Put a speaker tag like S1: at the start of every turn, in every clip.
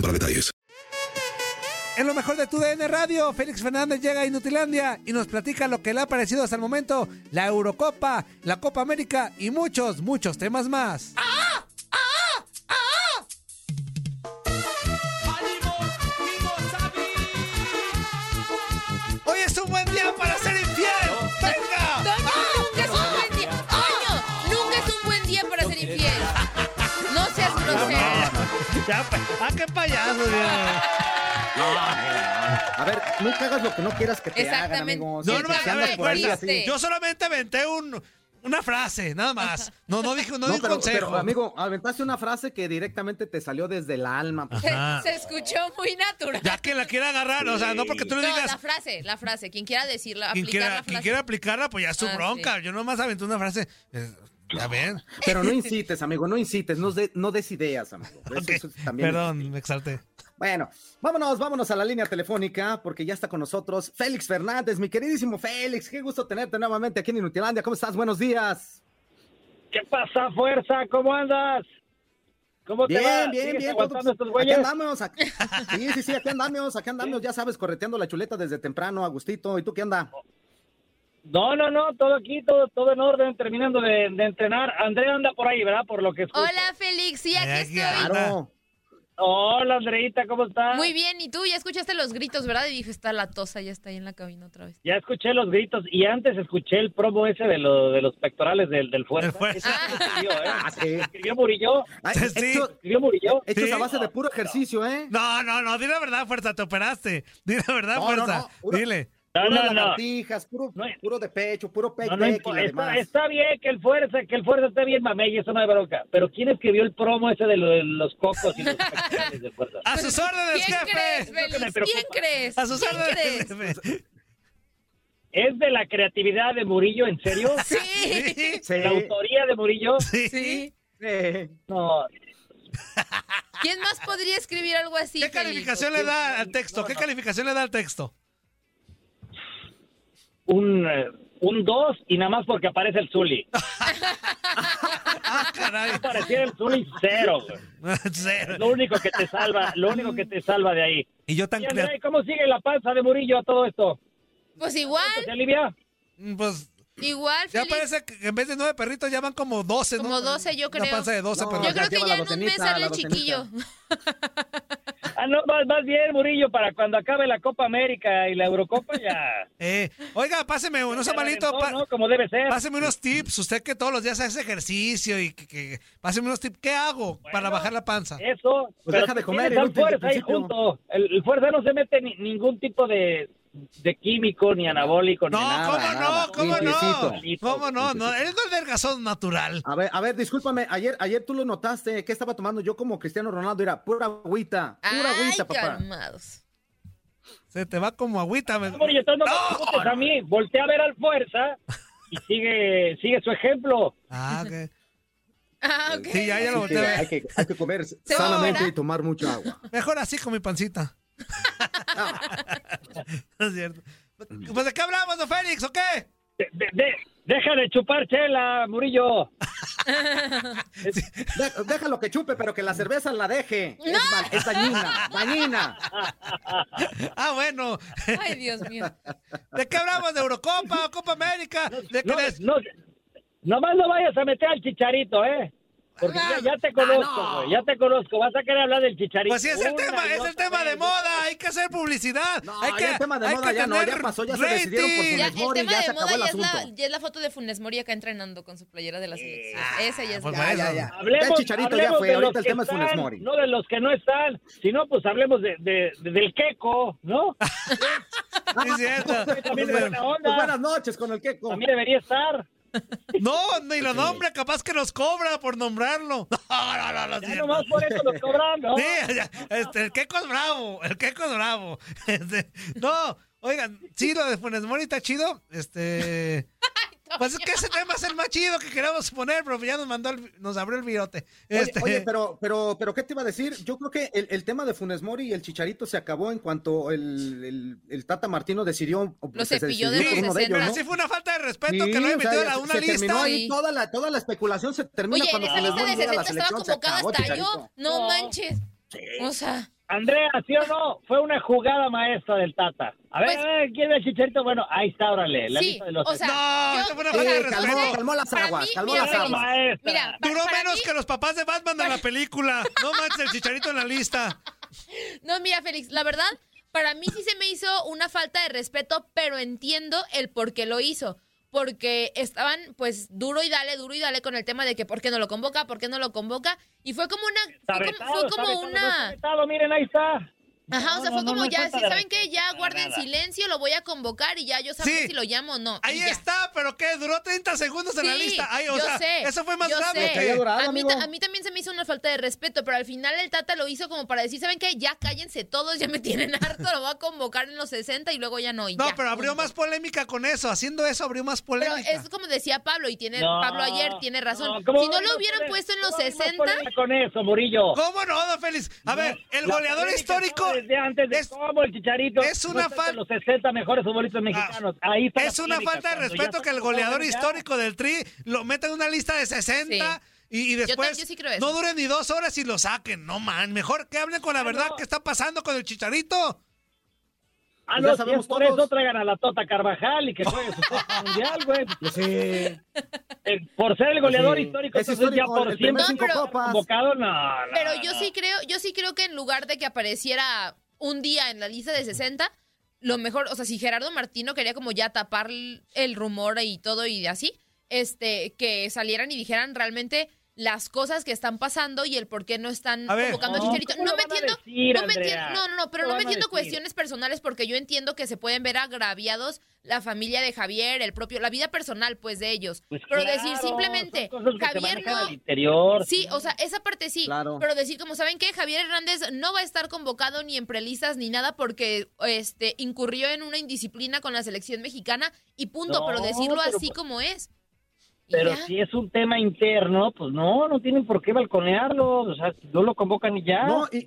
S1: para detalles.
S2: En lo mejor de tu DN Radio, Félix Fernández llega a Inutilandia y nos platica lo que le ha parecido hasta el momento, la Eurocopa, la Copa América y muchos, muchos temas más.
S3: ¡Ah!
S4: Hoy es un buen día para ser infiel. Venga. nunca es un buen día. Toño, nunca es un buen día para ser infiel. No seas grosero.
S3: Ya, pues, ah, qué payaso,
S5: A ver, nunca hagas lo que no quieras que te hagan,
S3: Exactamente.
S5: amigo.
S3: No,
S5: Si-
S3: no,
S5: si
S3: a ver,
S5: andas por ahí
S3: recuerda,
S5: así.
S3: Yo solamente aventé un, una frase, nada más. No, no dije, no, di un
S5: pero,
S3: consejo.
S5: pero, amigo, aventaste una frase que directamente te salió desde el alma. pues.
S3: Ajá.
S4: Se escuchó muy natural.
S3: Ah. Ya que la quiera agarrar, o sea, no porque tú le
S4: No,
S3: digas.
S4: la frase, la frase. Quien quiera decirla,
S3: Quien
S4: aplicar la
S3: quiera,
S4: frase.
S3: quien quiera aplicarla, pues ya es su
S4: Ah, sí.
S3: bronca. Yo nomás aventé una frase. eh, A ver.
S5: Pero no incites, amigo, no incites, no, des- no des ideas, amigo. Eso- eso también es-
S3: Perdón, me exalté.
S5: Bueno, vámonos, vámonos a la línea telefónica porque ya está con nosotros Félix Fernández, mi queridísimo Félix. Qué gusto tenerte nuevamente aquí en Inutilandia. ¿Cómo estás? Buenos días.
S6: ¿Qué pasa, fuerza? ¿Cómo andas? ¿Cómo te
S5: Bien,
S6: va?
S5: bien,
S6: ¿Sigues
S5: bien. todo,
S6: aguantando
S5: pues,
S6: estos
S5: aquí
S6: güeyes?
S5: andamos. aquí- Sí, sí, sí, aquí andamos, aquí andamos. Ya sabes, correteando la chuleta desde temprano, Agustito. ¿Y tú qué anda?
S6: No, no, no, todo aquí, todo, todo en orden, terminando de, de entrenar. Andrea anda por ahí, ¿verdad? Por lo que escucho.
S4: Hola, Félix. Sí, aquí estoy.
S6: Hola, Andreita, ¿cómo estás?
S4: Muy bien, y tú ya escuchaste los gritos, ¿verdad? Y dije, está la tosa, ya está ahí en la cabina otra vez.
S6: Ya escuché los gritos y antes escuché el promo ese de, lo- de los pectorales del, del fuerza.
S5: Ah, sí.
S6: ¿eh?
S5: Eh,
S6: Escribió Murillo.
S5: Ay, hecho-
S6: Escribió Murillo.
S5: Hechos a base de puro ejercicio, ¿eh?
S3: No, no, no, di la verdad, fuerza, te operaste. Di la verdad,
S5: No, no,
S3: fuerza.
S5: no, pura-
S3: Dile.
S6: No,
S5: Puras
S6: no, no.
S5: lagartijas, puro, puro de pecho, puro pecho.
S6: No, no impo- está, está bien que el fuerza, que el fuerza esté bien mamey, eso no es bronca. Pero ¿quién escribió el promo ese de, lo- de los cocos y los pectorales del fuerza?
S3: ¡A sus órdenes,
S4: ¿Quién crees,
S3: jefe!
S6: que
S4: Félix?
S6: me preocupa.
S4: ¿Quién crees?
S3: ¡A sus
S4: ¿Quién
S3: órdenes,
S4: crees?
S3: jefe!
S6: ¿Es de la creatividad de Murillo, en serio?
S4: Sí,
S6: ¿La autoría de Murillo?
S4: sí.
S6: No,
S4: ¿Quién más podría escribir algo así?
S3: ¿Qué
S4: Félix?
S3: calificación le da al texto? ¿Qué calificación le da al texto?
S6: un, eh, un 2 y nada más porque aparece el Zuli.
S3: ¡Ah, caray!
S6: Apareciera el Zuli, cero. güey.
S5: eh,
S3: Cero.
S6: Lo único que te salva, lo único que te salva de ahí.
S3: Y yo tan
S6: Y
S3: creativo.
S6: André, ¿cómo sigue la panza de Murillo a todo esto?
S4: Pues igual,
S6: ¿Se alivia?
S3: Pues
S4: igual,
S3: ya
S4: Félix.
S3: parece que en vez de nueve perritos ya van como doce, ¿no?
S4: Como 12, yo
S3: Una
S4: creo.
S3: panza de doce,
S5: No,
S3: pero
S4: Yo
S5: Ya
S4: creo que
S5: lleva
S4: ya
S5: la
S4: en un
S5: docenita,
S4: mes sale
S5: la
S4: el chiquillo.
S6: Ah, no, más, más bien, Murillo, para cuando acabe la Copa América y la Eurocopa ya.
S3: Eh, oiga, páseme unos
S6: Se la
S3: amalito.
S6: rentó, ¿no? Como debe ser.
S3: Páseme unos tips. Usted que todos los días hace ejercicio y que, que- páseme unos tips. ¿Qué hago para bajar la panza?
S6: Eso.
S3: Pues
S6: pero
S3: deja de
S6: tú
S3: comer,
S6: tienes
S3: el
S6: al
S3: último
S6: fuerza ahí
S3: principio.
S6: junto. El, el fuerza no se mete ni- ningún tipo de, de químico, ni anabólico, ni nada.
S3: ¿Cómo
S6: nada.
S3: no? ¿Cómo no?
S6: Limpiecito.
S3: ¿Cómo no? no eres el delgazón natural.
S5: A ver, a ver, discúlpame, ayer, ayer tú lo notaste, ¿qué estaba tomando yo como Cristiano Ronaldo? Era pura agüita, pura agüita, papá.
S3: Se te va como agüita. me-
S6: Murillo, estás no me preguntes a mí. Voltea a ver al fuerza y sigue, sigue su ejemplo.
S3: Ah, ok.
S4: Ah, ok.
S3: Sí, ya, ya lo
S5: Así que
S3: volteé a ver.
S5: hay, que, hay que comer
S3: va,
S5: sanamente
S3: ¿verdad?
S5: y tomar mucha agua.
S3: Mejor así con mi pancita. no es cierto. Pues de qué hablamos, don Félix, ¿o qué?
S6: Deja de chupar chela, Murillo.
S5: De- déjalo que chupe, pero que la cerveza la deje. Es, ma- es dañina, dañina.
S3: Ah, bueno.
S4: Ay, Dios mío.
S3: ¿De qué hablamos? ¿De Eurocopa, Copa América? ¿De qué
S6: No,
S3: les-
S6: no, nomás no vayas a meter al chicharito, ¿eh? Porque ya, ya te conozco, güey, ya te conozco. Vas a querer hablar del chicharito.
S3: Ah, Pues sí, es el
S6: Una
S3: tema,
S6: y
S3: es el
S6: otra
S3: tema de
S6: vez.
S3: moda, hay que hacer publicidad.
S5: eh, No,
S3: hay que,
S5: ya el tema de
S3: hay
S5: moda
S3: que
S5: ya no,
S3: tener
S5: ya pasó, ya se decidieron
S3: rating.
S5: por Funes
S4: Ya, el
S5: Mori,
S4: tema
S5: ya
S4: de
S5: se acabó
S4: moda
S5: el
S4: ya es, la,
S5: asunto.
S4: ya es la foto de Funes Mori acá entrenando con su playera de la selección. Esa
S5: Ah,
S4: ya es
S3: pues
S4: la-
S3: bueno.
S5: Ya, ya.
S6: Hablemos,
S5: Ya el chicharito ya
S6: hablemos
S5: fue,
S6: de
S5: ahorita
S6: los
S5: el
S6: que
S5: tema es Funes
S6: están,
S5: Mori.
S6: No de los que no están, sino pues hablemos de, de- de- del queco, ¿no?
S3: Sí, es cierto.
S6: También es buena
S5: Pues
S6: onda.
S5: buenas noches con el queco.
S6: También debería estar.
S3: No, ni lo nombra, capaz que nos cobra por nombrarlo. No, no, no, no, es
S6: Ya
S3: cierto.
S6: nomás por eso los cobran, ¿no?
S3: Sí, ya, este, el queco es bravo, el queco es bravo. Este, no, oigan, sí, lo de Funes Mori está chido. Este, pues es que ese tema es el más chido que queríamos poner, pero ya nos mandó, el- nos abrió el virote.
S5: Oye,
S3: Este,
S5: oye, pero, pero, pero, ¿qué te iba a decir? Yo creo que el, el tema de Funes Mori y el Chicharito se acabó en cuanto el, el- el Tata Martino decidió. o pues,
S4: Lo
S5: se
S4: cepilló
S5: decidió
S4: de
S5: por
S4: los
S5: uno de ellos,
S4: escenas.
S5: ¿no?
S3: sí fue una falta de respeto
S5: Sí,
S3: que lo haya
S5: o sea,
S3: metido
S5: ya
S3: a
S5: se-
S3: una
S5: se terminó
S3: lista.
S5: ahí toda la, toda la especulación se termina
S4: Oye, en
S5: cuando
S4: esa
S5: Funes
S4: lista de
S5: Mori llega a
S4: 60
S5: la
S4: estaba
S5: selección, se
S4: convocada
S5: acabó el
S4: hasta yo.
S5: Chicharito.
S4: No
S6: No.
S4: manches. O sea,
S6: Andrea, ¿sí o no? Fue una jugada maestra del Tata. A ver,
S4: Pues-
S6: a ver, ¿quién es el chicharito? Bueno, ahí está, órale. La
S4: sí.
S6: lista de los
S4: O sea,
S3: No,
S4: yo-
S3: esa fue una
S4: o sea,
S3: falta de
S5: Sí, calmó,
S3: respeto.
S5: calmó las
S4: para
S5: aguas,
S4: mí,
S5: calmó
S4: mira,
S5: las
S6: Félix,
S5: aguas.
S6: maestra.
S4: Mira, pa-
S3: Duró
S4: para
S3: menos
S4: mí-
S3: que los papás de Batman en la película. No manches el chicharito en la lista.
S4: No, mira, Félix, la verdad, para mí sí se me hizo una falta de respeto, pero entiendo el por qué lo hizo. Porque estaban, pues, duro y dale, duro y dale con el tema de que por qué no lo convoca, por qué no lo convoca. Y fue como una.
S6: Está
S4: Fue como,
S6: vetado,
S4: fue
S6: está
S4: como
S6: vetado, no está
S4: una.
S6: vetado, miren, ahí está.
S4: Ajá, o
S6: No,
S4: sea,
S6: no,
S4: fue
S6: no,
S4: como
S6: no es
S4: ya,
S6: falta
S4: si
S6: de
S4: saben que ya
S6: respeto,
S4: guarden
S6: nada.
S4: silencio, lo voy a convocar y ya yo sabré
S3: Sí.
S4: si lo llamo o no. y
S3: Ahí
S4: ya.
S3: está, pero ¿qué? Duró 30 segundos en la
S4: Sí,
S3: lista. Ay, o
S4: yo
S3: sea,
S4: sé,
S3: eso fue más
S4: yo
S3: grave
S4: sé.
S3: que-
S5: Que haya durado,
S4: a, mí,
S5: amigo.
S4: ta- a mí también se me hizo una falta de respeto, pero al final el Tata lo hizo como para decir, ¿saben qué? Ya cállense todos, ya me tienen harto, lo voy a convocar en los 60 y luego ya no. y
S3: No,
S4: ya,
S3: pero abrió
S4: punto.
S3: más polémica con eso. Haciendo eso abrió más
S4: Pero
S3: polémica.
S4: es como decía Pablo, y tiene
S6: No,
S4: Pablo ayer tiene razón.
S6: ¿cómo
S4: si no
S6: vamos
S4: lo
S6: a
S4: hubieran
S6: poner-
S4: puesto en los
S6: cómo vamos a
S4: 60,
S6: poner Con eso, Murillo.
S3: ¿Cómo no, don Félix? A ver, el
S6: La
S3: goleador
S6: polémica
S3: histórico
S6: estaba Desde antes de
S3: es,
S6: cómo el chicharito.
S3: es una
S6: no está entre
S3: fal- Ah,
S6: Los 60 mejores futbolistas mexicanos. Ahí está la
S3: es una
S6: polémica,
S3: falta de
S6: cuando ya
S3: respeto
S6: está
S3: que el
S6: todo
S3: goleador
S6: ya.
S3: histórico del Tri lo meta en una lista de 60 y, y después
S4: yo sí creo eso.
S3: no dure ni dos horas y lo saquen. No, man. Mejor que hablen con la verdad
S6: Ah, no.
S3: que está pasando con el chicharito.
S6: Ah,
S5: Pues
S6: no,
S5: ya
S6: si
S5: sabemos
S6: es por
S5: todos.
S6: eso traigan a la Tota Carvajal y que juegue su Copa Mundial, güey.
S5: Pues sí.
S6: Eh, Por ser el goleador
S5: Sí.
S6: histórico,
S5: Es
S6: entonces
S5: histórico,
S6: ya por
S5: el primer cinco
S6: siempre
S4: pero-
S5: copas.
S6: convocado, no, no,
S4: pero yo
S6: Ah, no.
S4: sí creo, yo sí creo que en lugar de que apareciera un día en la lista de 60, lo mejor, o sea, si Gerardo Martino quería como ya tapar l- el rumor y todo y así, este, que salieran y dijeran realmente las cosas que están pasando y el por qué no están
S3: A ver.
S4: convocando
S6: No,
S4: a Chicharito.
S6: ¿cómo
S4: No
S6: lo
S4: me
S6: van a
S4: entiendo,
S6: decir,
S4: no me
S6: Andrea?
S4: entiendo, no, no, no, pero
S6: ¿Cómo
S4: no me
S6: lo van a
S4: entiendo
S6: decir?
S4: cuestiones personales porque yo entiendo que se pueden ver agraviados la familia de Javier, el propio, la vida personal pues de ellos.
S6: Pues
S4: pero
S6: claro,
S4: decir
S6: son
S4: simplemente,
S6: cosas que se
S4: Javier
S6: manejan
S4: no,
S6: al interior.
S4: Sí, o sea, esa parte sí.
S5: Claro.
S4: Pero decir, como saben que Javier Hernández no va a estar convocado ni en prelistas ni nada porque este incurrió en una indisciplina con la selección mexicana y punto,
S6: No,
S4: pero decirlo
S6: pero
S4: así
S6: pues-
S4: como es. Y
S6: Pero
S4: ya.
S6: si es un tema interno, pues no, no tienen por qué balconearlo. O sea, no lo convocan y ya.
S5: No, y,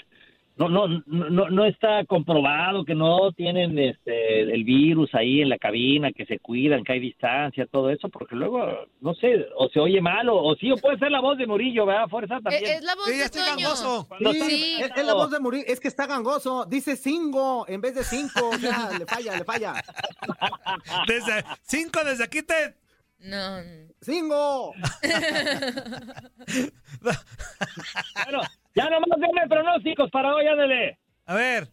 S6: no, no, no, no- no está comprobado que no tienen este el virus ahí en la cabina, que se cuidan, que hay distancia, todo eso, porque luego, no sé, o se oye mal, o, o sí, o puede ser la voz de Murillo, ¿verdad? Fuerza también.
S4: E-, es, es la voz
S3: Sí, ya
S4: de
S3: estoy
S4: Toño.
S3: gangoso.
S6: Cuando
S5: Sí,
S6: está-
S4: Sí.
S5: Es, es la voz de morir, es que está gangoso, dice cinco en vez de cinco, o sea, le falla, le falla.
S3: Desde cinco, desde aquí te...
S4: No. no.
S5: ¡Cingo!
S6: Bueno, ya nomás denme pronósticos para hoy, ándale.
S3: A ver,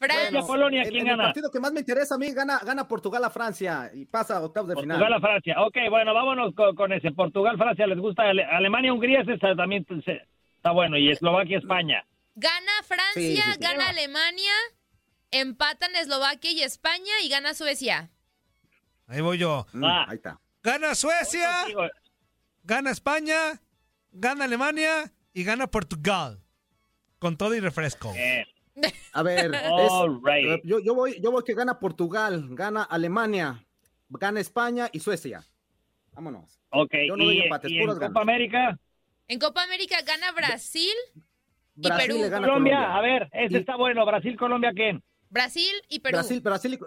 S4: Fran,
S6: Bueno, Polonia,
S5: En-
S6: ¿quién
S5: en
S6: gana?
S5: El partido que más me interesa a mí gana, gana Portugal a Francia y pasa a octavos de
S6: Portugal a
S5: este final.
S6: Francia. Ok, bueno, vámonos con, con ese. Portugal, Francia, les gusta. Ale- Alemania, Hungría, ese está, también pues, eh, está bueno. Y Eslovaquia, España.
S4: gana Francia,
S5: Sí, sí, sí.
S4: gana Alemania, empatan Eslovaquia y España y gana Suecia.
S3: ahí voy yo.
S5: Mm,
S6: Ah.
S5: ahí está.
S3: Gana Suecia,
S6: Digo,
S3: gana España, gana Alemania y gana Portugal. Con todo y refresco.
S6: eh,
S5: A ver, es- eh,
S6: All right.
S5: yo, yo voy, yo voy que gana Portugal, gana Alemania, gana España y Suecia. Vámonos.
S6: Ok,
S5: Yo no
S6: y,
S5: veo empates,
S6: y en
S5: puras
S6: Copa
S5: ganas.
S6: América,
S4: En Copa América gana Brasil,
S5: Brasil
S4: Perú.
S5: le gana a
S6: Colombia,
S5: Colombia.
S6: a ver, ese
S5: Y-
S6: está bueno. Brasil, Colombia, ¿quién?
S4: Brasil y Perú.
S5: Brasil, Brasil y Co-